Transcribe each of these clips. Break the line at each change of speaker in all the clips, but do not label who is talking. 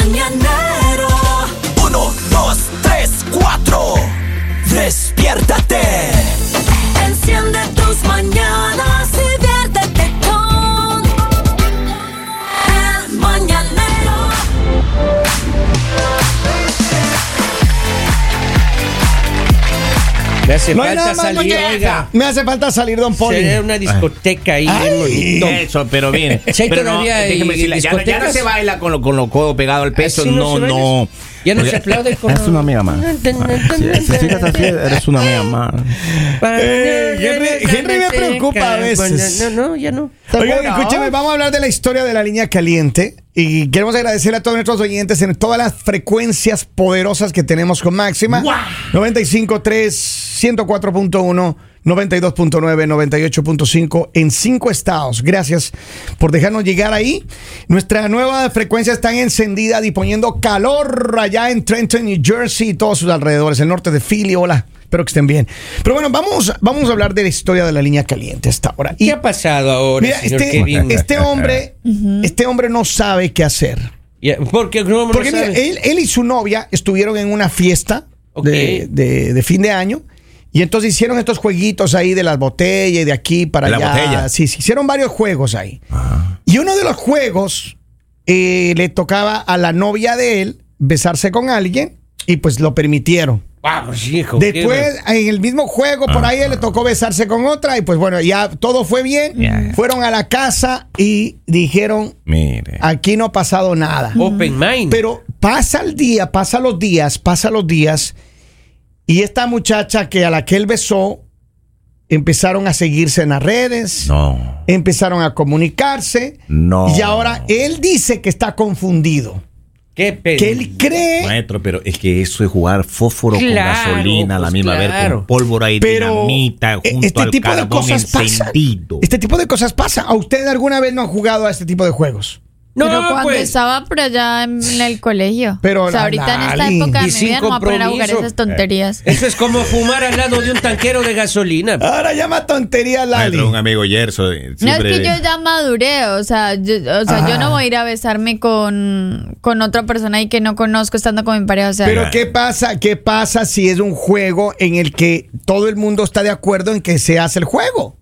mañanero. Uno, dos, tres, cuatro. Despiértate. Enciende tus mañanas y viértete con el mañanero.
Me hace
No hay
falta
nada más
salir,
mañana.
oiga.
Me hace falta salir, don Poli.
Sería una discoteca ahí.
Ay.
bien bonito.
Eso, pero bien.
Sí, Eh, hay
pero
todavía hay
déjeme decirle, ya, no- ya no
discotecas.
se baila con, lo, con los codos pegados al pecho.
Así
No,
se baila.
no.
Ya no se
Oiga,
aplaude con.
Es una amiga más. Si, si sigues así, eres una amiga más.
Eh, Henry- Henry me preocupa a veces.
No, no, ya no.
Oigan,
bueno.
escúchame, vamos a hablar de la historia de la línea caliente y queremos agradecer a todos nuestros oyentes en todas las frecuencias poderosas que tenemos con Máxima. 95.3, 104.1, 92.9, 98.5 en cinco estados. Gracias por dejarnos llegar ahí. Nuestra nueva frecuencia está encendida y poniendo calor allá en Trenton, New Jersey y todos sus alrededores, el norte de Philly. Hola. Espero que estén bien. Pero bueno, vamos, vamos a hablar de la historia de la línea caliente hasta ahora.
¿Qué ha pasado ahora,
Mira,
señor
este,
Kevin?
este hombre, este hombre no sabe qué hacer.
Ya, Porque no no
Porque mira, eh,
sabe.
él, él y su novia estuvieron en una fiesta
Ok.
de, de- de fin de año. Y entonces hicieron estos jueguitos ahí de las botellas y de aquí para
¿De la
allá.
botella?
Sí, sí, hicieron varios juegos ahí.
Ah.
Y uno de los juegos eh, le tocaba a la novia de él besarse con alguien y pues lo permitieron.
Vamos, hijo. qué
Después, en el mismo juego, por ahí le tocó besarse con otra y pues bueno, ya todo fue bien.
Ya, ya.
Fueron a la casa y dijeron,
Mire.
aquí no ha pasado nada.
Oh.
mal. Open mind.
mm, Pero pasa el día, pasa los días, pasa los días y esta muchacha que a la que él besó empezaron a seguirse en las redes.
No.
Empezaron a comunicarse
No.
y ahora él dice que está confundido,
qué pedo.
que él cree
Maestro, pero es que eso es jugar fósforo
Claro,
con gasolina a la
pues,
misma vez,
claro. este
con pólvora y
pero
dinamita
e-
junto al carbón encendido.
pasan. Este tipo de cosas pasa. ¿A usted alguna vez no han jugado a este tipo de juegos?
No,
pero cuando
pues.
estaba por allá en el colegio.
Pero
o sea,
la-
ahorita en
la-
esta época
y
de mi
sin
vida no voy a poner a jugar
compromiso. Eh,
esas tonterías.
Eso es como fumar al lado de un tanquero de gasolina.
Ahora llama tontería Lali.
Maestro, un amigo Yerso. eh,
No, es
siempre-
que yo ya maduré, o sea, yo, o sea, yo no voy a ir a besarme con, con otra persona y que no conozco estando con mi pareja, o sea,
Pero qué pasa, qué pasa si es un juego en el que todo el mundo está de acuerdo en que se hace el juego.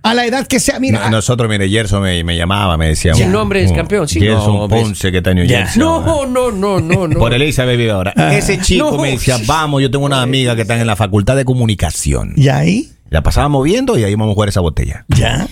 A la edad que sea, mira.
No, nosotros, mire, Yerso me, me llamaba, me decía.
Si el
un-
nombre es
un-
campeón, sí.
Gerson
No, ves.
Ponce, que está en New
Ah,
Ya.
Jersey.
No, no, no, no, no.
Por Elizabeth vive ahora. Ese chico
No.
me decía, vamos, yo tengo una amiga que está en la facultad de comunicación.
¿Y ahí?
La pasábamos viendo y ahí vamos a jugar esa botella.
Ya.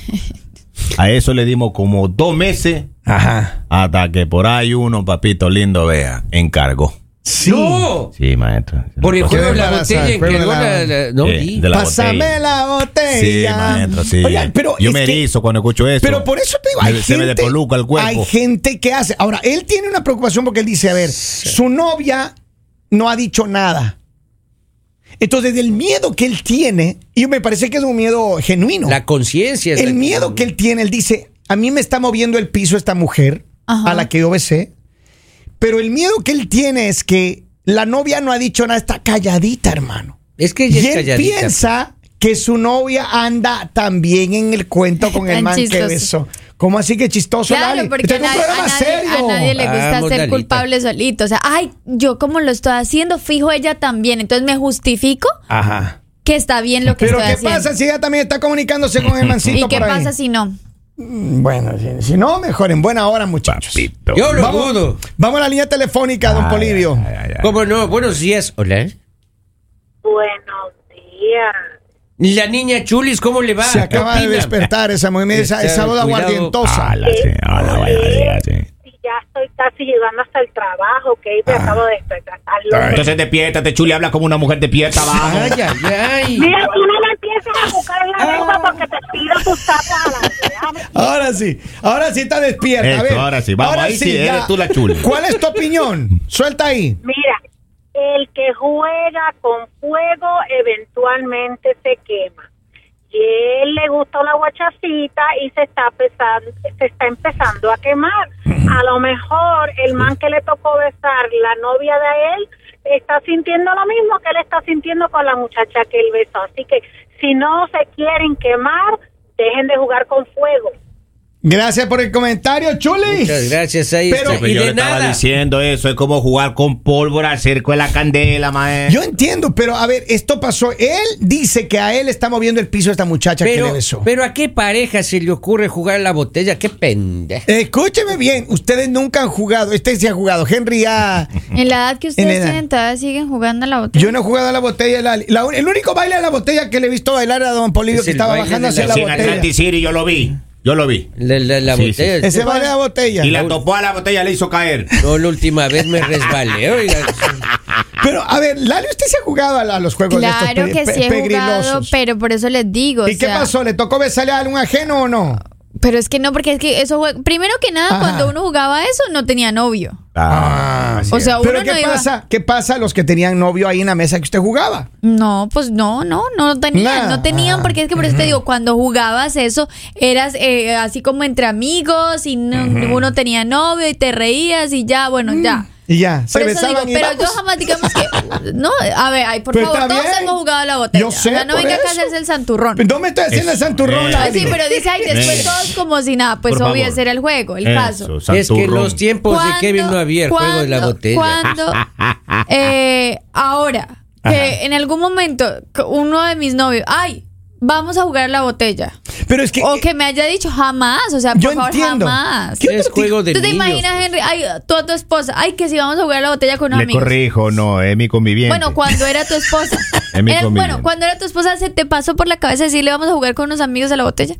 A eso le dimos como dos meses
Ajá.
hasta que por ahí uno, papito lindo, vea, encargó.
Sí.
No.
Sí, maestro.
Por el juego de la
Juego de la-
botella en que
juego de
luego
la-
la, la- no,
Eh,
di.
de la
Pásame
botella.
la botella.
Sí, maestro, sí.
Oigan, pero
Yo
es
me
que-
erizo cuando escucho eso.
Pero por eso te digo,
Me-
hay gente,
se me despoluca el cuerpo.
Hay gente que hace. Ahora, él tiene una preocupación porque él dice, a ver, su novia no ha dicho nada. Entonces, del miedo que él tiene, y me parece que es un miedo genuino.
La conciencia. es la-
el miedo que él tiene, él dice, a mí me está moviendo el piso esta mujer
Ajá.
a la que yo besé, pero el miedo que él tiene es que la novia no ha dicho nada, está calladita, hermano.
Es que
Y
ella es
él
calladita.
piensa que su novia anda también en el cuento con el
Tan
man
chistoso.
que besó. ¿Cómo así que chistoso,
claro,
Lali?
porque
Este
a
es un
nadie,
programa
a nadie-
serio.
a nadie le gusta
Vamos,
ser
Lalita.
culpable solito, o sea, ay, yo como lo estoy haciendo, fijo ella también, entonces me justifico
Ajá.
que está bien lo que
Pero
estoy
¿qué
haciendo.
pasa si ella también está comunicándose con el mancito
¿Y qué
por ahí?
pasa si no?
Bueno, si, si no, mejor en buena hora, muchachos.
Yo lo
Vamos,
dudo.
vamos a la línea telefónica, don Polivio.
¿Cómo no? Buenos días. Hola.
Buenos días.
La niña Chulis, ¿cómo le va?
Se
Ah,
acaba de
Opina.
despertar esa mujer, esa,
Este,
esa voz
cuidado.
aguardientosa.
Ala, sí, ala, vaya, vaya, sí.
Si ya estoy casi llegando hasta el trabajo, ¿ok? Me acabo de despertar. Aló.
Entonces despiértate, chuli, habla como una mujer despierta,
Ay,
vamos.
ay, ay.
Mira, tú no me empiezas a buscar en la lengua porque te tiro tus zapas a la déjame.
Ahora sí, ahora sí está despierta.
Eso,
a ver,
ahora sí, vamos, ahí sí eres tú la chula.
¿Cuál es tu opinión? Suelta ahí.
Mira, el que juega con fuego eventualmente se quema. Y él le gustó la guachacita y se está, pesando, se está empezando a quemar. A lo mejor el man que le tocó besar, la novia de él, está sintiendo lo mismo que él está sintiendo con la muchacha que él besó. Así que si no se quieren quemar, dejen de jugar con fuego.
Gracias por el comentario, Chulis.
Muchas gracias ahí.
Pero-
está.
Pues
y
yo le
de
estaba
nada.
diciendo eso, es como jugar con pólvora al cerco de la candela, maestro.
Yo entiendo, pero a ver, esto pasó. Él dice que a él está moviendo el piso esta muchacha que le
Pero,
besó.
pero a qué pareja se le ocurre jugar a la botella, qué pendejo.
Escúcheme bien, ustedes nunca han jugado. Este sí ha jugado. Henry ha.
En la edad que
En la
ustedes
edad.
tienen, todavía siguen jugando a la botella.
Yo no he jugado a la botella. la- la- el único baile a la botella que le he visto bailar a don Polivio
Es
que
el
estaba
baile
bajando
de
hacia
la-
la
Sí, en
botella.
Atlantic City yo lo vi, yo lo vi.
La, la- la
Sí, sí,
botella.
Ese baile a la botella.
Y la topó a la botella, le hizo caer.
No, la última vez me resbalé. oiga.
Pero, a ver, Lali, usted se ha jugado a, la- a los juegos de estos
Claro
pe-
que
pe-
sí he jugado,
pegrilosos.
pero por eso les digo. o
¿Y qué
sea,
pasó? ¿Le tocó besarle a algún ajeno o no?
Pero es que no, porque es que eso jue- Primero que nada,
Ajá.
cuando uno jugaba eso, no tenía novio.
Ah,
O sea, uno
Pero ¿qué
no iba-
pasa? ¿Qué pasa a los que tenían novio ahí en la mesa que usted jugaba?
No, pues no, no, no tenían,
Nah.
no tenían, porque es que por eso te digo, cuando jugabas eso, eras eh, así como entre amigos y no- ninguno tenía novio y te reías y ya, bueno, ya.
Y ya, Mm. se
Por eso digo,
besaban y
pero yo
vamos.
jamás digamos que. No, a ver, ay, por
Pero
favor,
está
todos
bien.
hemos jugado a la botella.
Yo sé,
o sea, no
por
venga acá a
eso.
hacerse el santurrón.
Pues, No me estoy haciendo el
Eso,
santurrón,
eh.
Pues
Lali.
sí, pero dice, ay, después
Eh.
todos como si nada. Pues
Por
obvio,
favor.
ese era el juego, el
Eso,
caso.
Es que en
santurrón.
los tiempos Pues, de Kevin no había el juego de la
¿Cuándo-
botella.
cuándo, eh, ahora, que en algún momento que uno de mis novios, ay, vamos a jugar la botella.
Pero es que. eh,
o que me haya dicho jamás, o sea,
Yo
por favor,
entiendo.
jamás.
¿Qué
Es
otro tipo-
juego de
¿Tú te
niños.
imaginas, Henry? Ay, tú a tu esposa. Ay, que si vamos a jugar la botella con unos
Le
amigos.
corrijo, no, es mi conviviente.
Bueno, cuando era tu esposa.
Es mi
Era- bueno,
conviviente.
cuando era tu esposa, ¿se te pasó por la cabeza decirle vamos a jugar con unos amigos a la botella?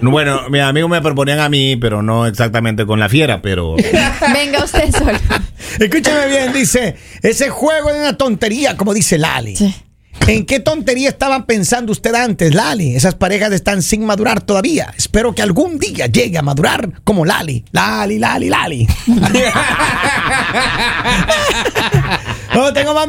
Bueno, mis amigos me proponían a mí, pero no exactamente con la fiera, pero...
Venga usted solo.
Escúchame bien, dice. Ese juego es una tontería, como dice Lali.
Sí.
¿En qué tontería estaban pensando usted antes, Lali? Esas parejas están sin madurar todavía. Espero que algún día llegue a madurar como Lali. Lali, Lali, Lali. no, tengo más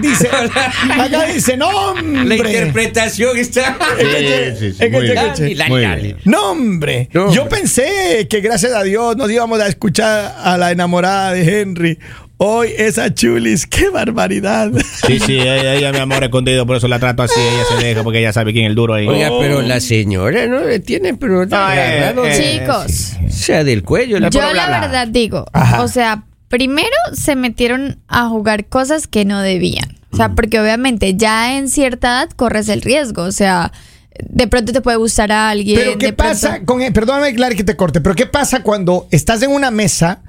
dice. Acá dice, no,
La
hombre.
interpretación está.
Sí, sí, sí,
Escuche,
muy bien,
escuche. Dale,
muy
dale.
bien.
No, hombre.
No,
Yo
hombre.
pensé que gracias a Dios nos íbamos a escuchar a la enamorada de Henry. Hoy esa chulis, qué barbaridad.
Sí, sí, ella, ella, mi amor escondido, por eso la trato así, ella se deja porque ella sabe quién es el duro ahí.
Oh.
Oiga, pero la señora no le tiene, pero agarrado,
eh,
Chicos.
o sea, del cuello. La
Yo
pobre-
la verdad digo,
Ajá.
o sea, primero se metieron a jugar cosas que no debían.
Mm.
O sea, porque obviamente ya en cierta edad corres el riesgo. O sea, de pronto te puede gustar a alguien.
Pero qué
de pronto-
pasa con perdóname Clary que te corte, pero qué pasa cuando estás en una mesa,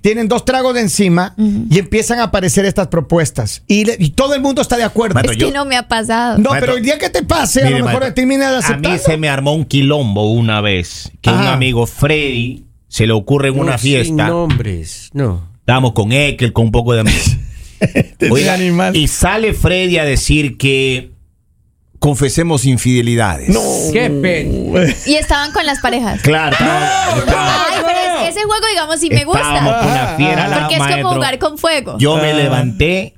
tienen dos tragos de encima y empiezan a aparecer estas propuestas y, le- y todo el mundo está de acuerdo.
Maestro,
Es
yo-
que no me ha pasado.
no,
maestro,
pero el día que te pase a
Mire,
lo mejor
maestro,
terminas de
A mí
aceptarlo.
se me armó un quilombo una vez que un
Ajá.
amigo Freddy se le ocurre en
No,
una
Sin
fiesta.
nombres, no.
Estábamos con Ekel, con un poco de amigos. Oiga, y sale Freddy a decir que confesemos infidelidades. No.
Qué pendejo.
Y estaban con las parejas.
Claro. estaba- estaba-
Ay, pero es que ese juego, digamos, sí me
estábamos con
gusta.
la fiera, la
Porque es
maestro.
como jugar con fuego.
Yo me levanté,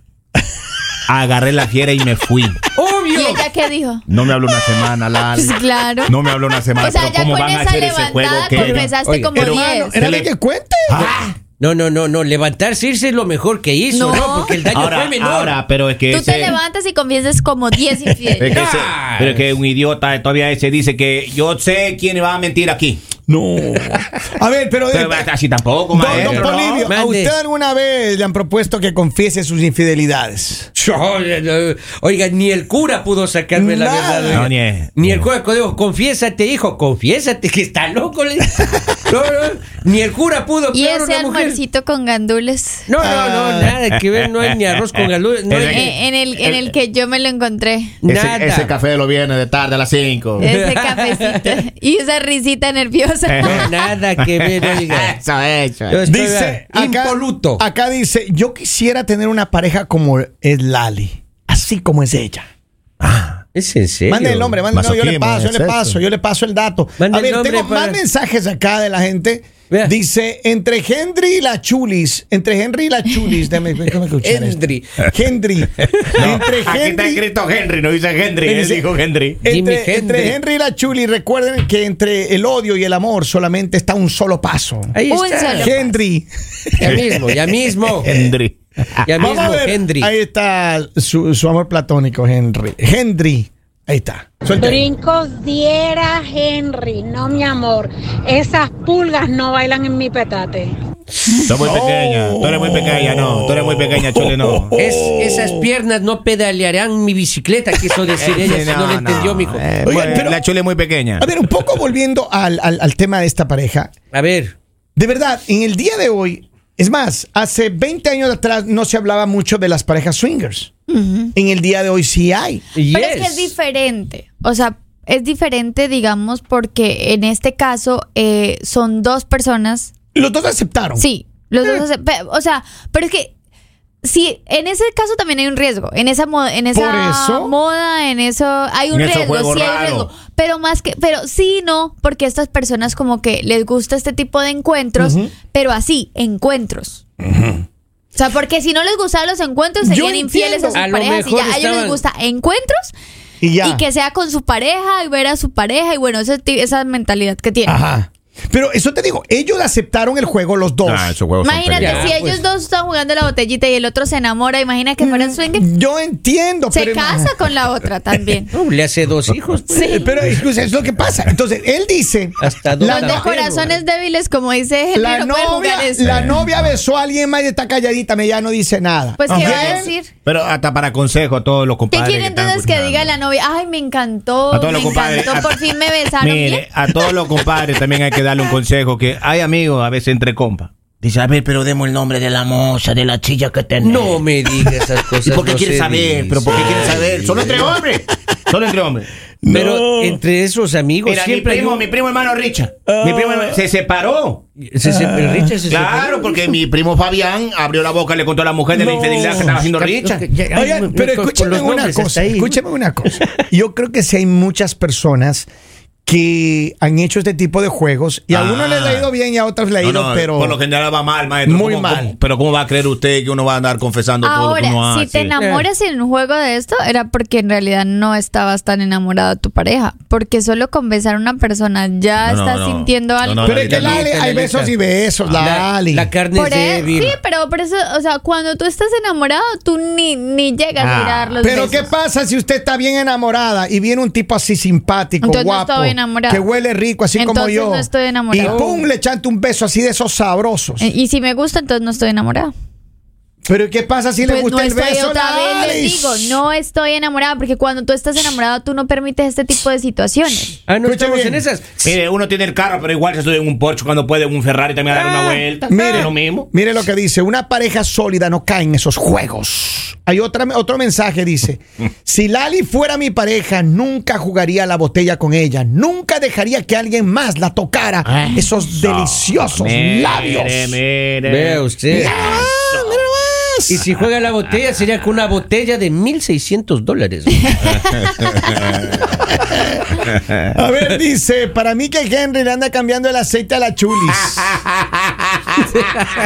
agarré la fiera y me fui.
¿Y
Obvio.
ella qué dijo?
No me habló una semana, Lali.
Pues claro.
No me habló una semana.
O sea,
pero
ya
¿cómo
con
van a
esa
hacer ese juego
levantada
que-
confesaste
Oiga,
como
pero-
10.
Era
se
la
le-
que cuente.
Ah,
No, no, no, no. Levantarse irse es lo mejor que hizo,
No.
¿no? Porque el daño
ahora,
fue menor.
ahora, pero es que
Tú te
ese-
levantas y confiesas como 10
es
infieles.
que ese-
Ah.
pero es que un idiota todavía ese dice que yo sé quién va a mentir aquí.
No. A ver, pero,
Pero
eh,
así tampoco,
don,
maestro.
don Polibio, ¿a
Mande.
usted alguna vez le han propuesto que confiese sus infidelidades?
Yo, eh, eh, Oiga, ni el cura pudo sacarme la
Nada.
verdad. oiga.
No, ni el-
Ni el cura dijo, confiésate, hijo, confiésate, que está loco. le dije. No, no, ni el cura pudo.
Y
peor
ese
una mujer.
almuercito con gandules.
No, no, no, nada que ver, no hay ni arroz con galú, no hay
Eh,
Eh, en, el, en el que yo me lo encontré.
nada.
Ese, ese café lo viene de tarde a las 5.
Ese cafecito. Y esa risita nerviosa.
No, nada que ver, oiga.
Eso, eso.
Yo estoy,
Dice,
vea,
acá,
impoluto.
acá dice, yo quisiera tener una pareja como es Lali, así como es ella.
Es en serio.
Mande el nombre, mande el nombre, yo le
Masoquismo,
paso, yo le
es
paso,
eso.
yo le paso el dato.
Mande
a
el
ver,
nombre
tengo más
para-
mensajes acá de la gente.
Vea.
Dice, entre Henry y la Chulis, entre Henry y la Chulis, déjame, déjame escuchar esto.
Henry.
Henry. entre
Aquí está
Henry.
escrito Henry, no dice Henry, él
Dice-
dijo Henry.
Jimi
Entre, entre
Hendrix.
Henry y la Chulis, recuerden que entre el odio y el amor solamente está un solo paso.
Ahí
Un
está.
solo.
Henry.
Ya mismo, ya mismo.
Henry.
Ya
Vamos
mismo,
a ver.
Henry.
Ahí está su, su amor platónico, Henry. Henry. Ahí está. Suelta. ahí.
Brincos diera Henry, no mi amor. Esas pulgas no bailan en mi petate.
Tú muy pequeña. Tú eres muy pequeña, no. Tú eres muy pequeña, Chole, no.
Es- esas piernas no pedalearán mi bicicleta, quiso decir ella. si no lo entendió, mijo.
Eh,
Oiga,
bueno,
pero-
la Chole es muy pequeña.
A ver, un poco volviendo al, al- al tema de esta pareja.
A ver.
De verdad, en el día de hoy, es más, hace 20 años atrás no se hablaba mucho de las parejas swingers. En el día de hoy sí hay.
Pero es que es diferente. O sea, es diferente, digamos, porque en este caso eh, son dos personas.
Los dos aceptaron.
Sí, los
Eh.
dos. hace- pe- O sea, pero es que. Sí, en ese caso también hay un riesgo. En esa moda, en
Por
esa
eso-
moda, en eso hay un
En esos
riesgo,
juegos
sí hay
raros.
riesgo. Pero más que, pero sí y no, porque a estas personas como que les gusta este tipo de encuentros, pero así, encuentros. O sea, porque si no les gustaban los encuentros,
Yo
serían infieles a sus
entiendo. A lo
parejas. Y
mejor
ya a ellos les
estaban-
gusta encuentros
Y ya.
y que sea con su pareja y ver a su pareja y bueno, ese ti- esa mentalidad que tiene.
Ajá. Pero eso te digo, ellos aceptaron el juego los dos.
Ah, esos juegos son
Imagínate,
peligrosos.
si
Ya,
ellos
pues.
dos están jugando la botellita y el otro se enamora, imagina que fueran swing.
Yo entiendo,
Se
Mm, pero
casa con la otra también.
No, le hace dos hijos. pues.
Eh, Pero excusa, es lo que pasa. Entonces, él dice,
Hasta
la,
dónde
Los de
no,
corazones débiles, como dice Henry,
la
no pueden jugar
novia,
eso.
la novia besó a alguien más y está calladita, me ya no dice nada.
Pues, ¿qué
Ajá.
va a decir?
Pero hasta para consejo a todos los
¿Qué
compadres.
quiere
están
entonces que
escuchando.
diga la novia? Ay, me encantó,
A todos
me
los compadres.
encantó,
a-
por fin me besaron bien.
Mire, a todos los compadres también hay que darle un consejo que hay amigos a veces entre compas. Dice, a ver, pero demos el nombre de la moza, de la chilla que tenemos.
No me digas esas cosas.
¿Y por qué
no
quieres
se
saber?
dicen.
¿Pero por qué quieres saber? Solo entre hombres. Solo entre hombres.
Pero entre esos amigos
Mira, mi
siempre. hay
primo,
un-
mi primo hermano Richard. Mi primo hermano- se separó.
se, se- el Richard se
Ah. Claro,
separó.
porque mi primo Fabián abrió la boca y le contó a la mujer de la infidelidad que estaba haciendo Richard.
Ya-
Oigan,
ay,
pero
con- con
escúchame
los
una
nombres hasta
cosa,
ahí.
escúchame una cosa. Yo creo que si hay muchas personas que han hecho este tipo de juegos y a
Ah.
algunos les ha ido bien y a otros les ha ido,
No, no,
pero
Por lo general va mal, maestro.
Muy
¿Cómo-
mal.
cómo- pero ¿cómo va a creer usted que uno va a andar confesando todo lo que uno
Ahora,
hace?
si te enamoras en un juego de esto, era porque en realidad no estabas tan enamorada de tu pareja. Porque solo con besar a una persona ya
No, no,
estás
no.
sintiendo
No,
algo.
no,
pero es que
Lalita,
Lali,
Lalita,
hay besos
Lalita.
y besos,
La,
Lali.
la carne
Por
es
eso-
débil.
sí, pero por eso, o sea, cuando tú estás enamorado, tú ni, ni llegas
Ah,
a mirar los
Pero
besos.
¿qué pasa si usted está bien enamorada y viene un tipo así simpático,
Entonces no
guapo,
estoy enamorada.
que huele rico, así como
Entonces
yo?
no estoy enamorada. Oh.
Y pum, le echante un beso así de esos sabrosos.
Eh, Y si me gusta, entonces no estoy enamorada.
Pero ¿qué pasa si le
Pues no
gusta el
estoy
beso?
otra vez,
Lali?
les digo, no estoy enamorada, porque cuando tú estás enamorado, tú no permites este tipo de situaciones.
Ah, no
Escuche
estamos
bien.
en esas.
Mire, uno tiene el carro, pero igual se sube en un Porsche cuando puede, en un Ferrari también a dar una
Ah.
vuelta.
Mire,
Es lo mismo.
mire lo que dice, una pareja sólida no cae en esos juegos. Hay otra, otro mensaje, dice, si Lali fuera mi pareja, nunca jugaría a la botella con ella, nunca dejaría que alguien más la tocara, esos deliciosos
Ah, Mire,
labios.
mire.
Vea usted.
Ah, mira nomás.
Y si juega la botella, sería con una botella de 1.600 dólares.
A ver, dice, para mí que Henry le anda cambiando el aceite a la chulis.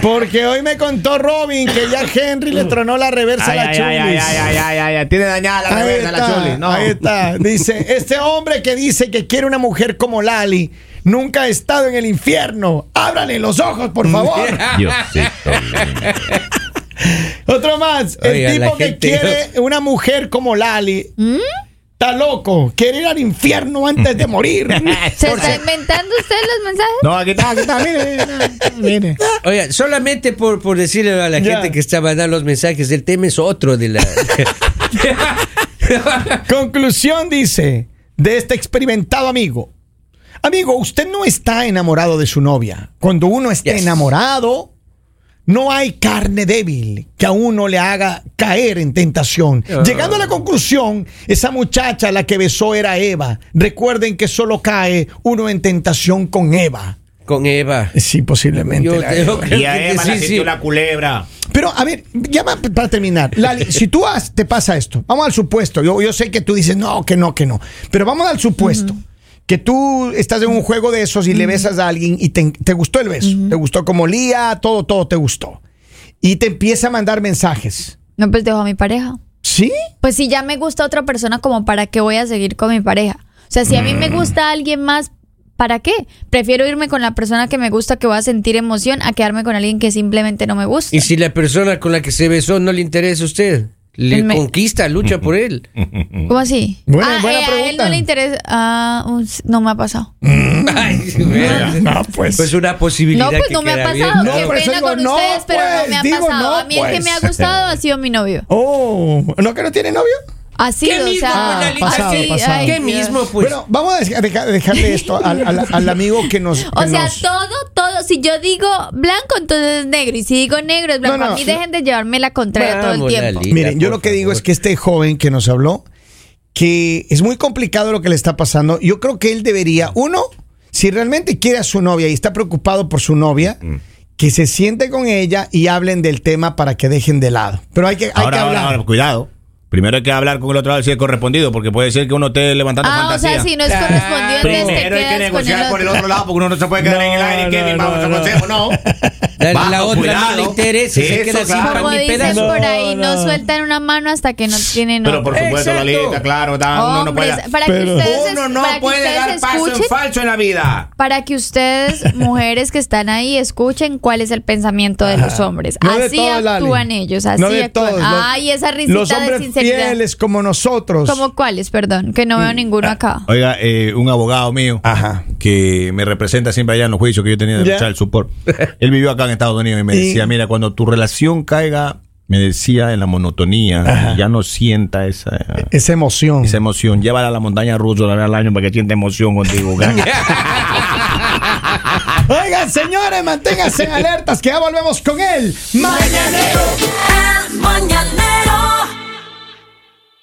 Porque hoy me contó Robin que ya Henry le tronó la reversa
Ay,
a la
ay,
chulis.
ay, ay, ay, ay, ay, ay. Tiene dañada la
Ahí
cabeza la
está,
Choli. No.
ahí está. Dice, este hombre que dice que quiere una mujer como Lali nunca ha estado en el infierno. Ábrale los ojos, por favor. Otro más. El
Oiga, la
tipo que
gente-
quiere una mujer como Lali. Está loco. Quiere ir al infierno antes de morir.
¿Se está inventando usted los mensajes?
No, aquí está, aquí está, mire.
Mire.
Oiga, solamente por, por decirle a la
Ya.
gente que está mandando los mensajes, el tema es otro de la.
Conclusión dice de este experimentado amigo. Amigo, usted no está enamorado de su novia. Cuando uno está
Yes.
enamorado, no hay carne débil que a uno le haga caer en tentación.
Ah.
Llegando a la conclusión, esa muchacha a la que besó era Eva. Recuerden que solo cae uno en tentación con Eva.
con Eva.
Sí, posiblemente.
Yo,
la
yo
Eva.
creo
Y a
que
Eva
sí,
la sintió
sí.
la culebra.
Pero, a ver, ya va- para terminar. Lali, si tú has- te pasa esto, vamos al supuesto. Yo, yo sé que tú dices, no, que no, que no. Pero vamos al supuesto. Que tú estás en un juego de esos y le besas a alguien y te, te gustó el beso. Te gustó como lía, todo, todo te gustó. Y te empieza a mandar mensajes.
No, pues dejo a mi pareja.
¿Sí?
Pues si ya me gusta otra persona, como para qué voy a seguir con mi pareja. O sea, si a mí
Mm.
me gusta alguien más, ¿para qué? Prefiero irme con la persona que me gusta, que voy a sentir emoción, a quedarme con alguien que simplemente no me gusta.
Y si la persona con la que se besó no le interesa a usted, le
Él me-
conquista, lucha por él.
¿Cómo así?
Buena-
Ah,
buena
eh, A él
pregunta.
no le interesa. Ah, un- no me ha pasado.
Ay, vean.
No, pues.
Pues una posibilidad.
No, pues
que
no me ha
queda
pasado.
abierta.
No,
Qué
por eso
pena
digo,
con
no,
ustedes, pero no
pues,
me ha
digo,
pasado.
no,
a mí el que
pues.
me ha gustado ha sido mi novio.
Oh, ¿no que no tiene novio?
Ha sido,
¿Qué
o
mismo,
sea,
Mona
Ah,
Lisa?
pasado,
¿Qué-
pasado.
¿Qué
Dios.
mismo? Pues
bueno, vamos a deja- deja- dejarle esto al, al- al amigo que nos.
O
que
sea,
nos-
todo, todo. Si yo digo blanco, entonces es negro. Y si digo negro, es blanco.
No, no,
a mí dejen de llevarme la contraria todo
Vamos,
el tiempo.
Lali.
Miren, yo
por
lo que digo
favor.
es que este joven que nos habló, que es muy complicado lo que le está pasando, yo creo que él debería, uno, si realmente quiere a su novia y está preocupado por su novia, que se siente con ella y hablen del tema para que dejen de lado. Pero hay que, hay
Ahora,
que
ahora,
hablar.
ahora, cuidado. Primero hay que hablar con el otro lado si es correspondido, porque puede ser que uno esté levantando
Ah, o
fantasía.
sea, si no es correspondido, entonces te
Primero hay que
quedas con
negociar por
el
el
otro.
otro lado, porque uno no se puede quedar en el aire.
no,
que mi
no,
mamá,
no.
consejo, no.
Dale,
Bajo,
la otra no le
cuidado.
interesa, se
Eso,
queda sin
claro.
pan
Como
ni
dicen
pedazo.
por ahí, no,
no.
sueltan una mano hasta que no tienen
Pero
otra.
por supuesto,
Exacto.
Lolita, claro, da- Ah, uno no
Hombres,
puede.
para
Pero-
que ustedes,
Uno no
para que
puede
ustedes
dar paso en
escuchen,
falso en la vida.
para que ustedes, mujeres que están ahí, escuchen cuál es el pensamiento de los hombres.
No de
así
todo, Lali.
actúan ellos, así
No de
actúan.
todos, los-
Ay, esa risita
Los hombres
de sinceridad.
fieles como nosotros.
¿Como cuáles? Perdón, que no veo ninguno acá.
Oiga, eh, un abogado mío
Ajá.
que me representa siempre allá en los juicios que yo tenía de
Ya.
luchar el support. Él vivió acá en Estados Unidos y me
Y-
decía, mira, cuando tu relación caiga, me decía en la monotonía, ya no sienta esa,
Esa emoción.
esa emoción, llévala a la montaña rusa una vez al año para que sienta emoción contigo.
Oigan, señores, manténganse alertas que ya volvemos con él.
El mañanero.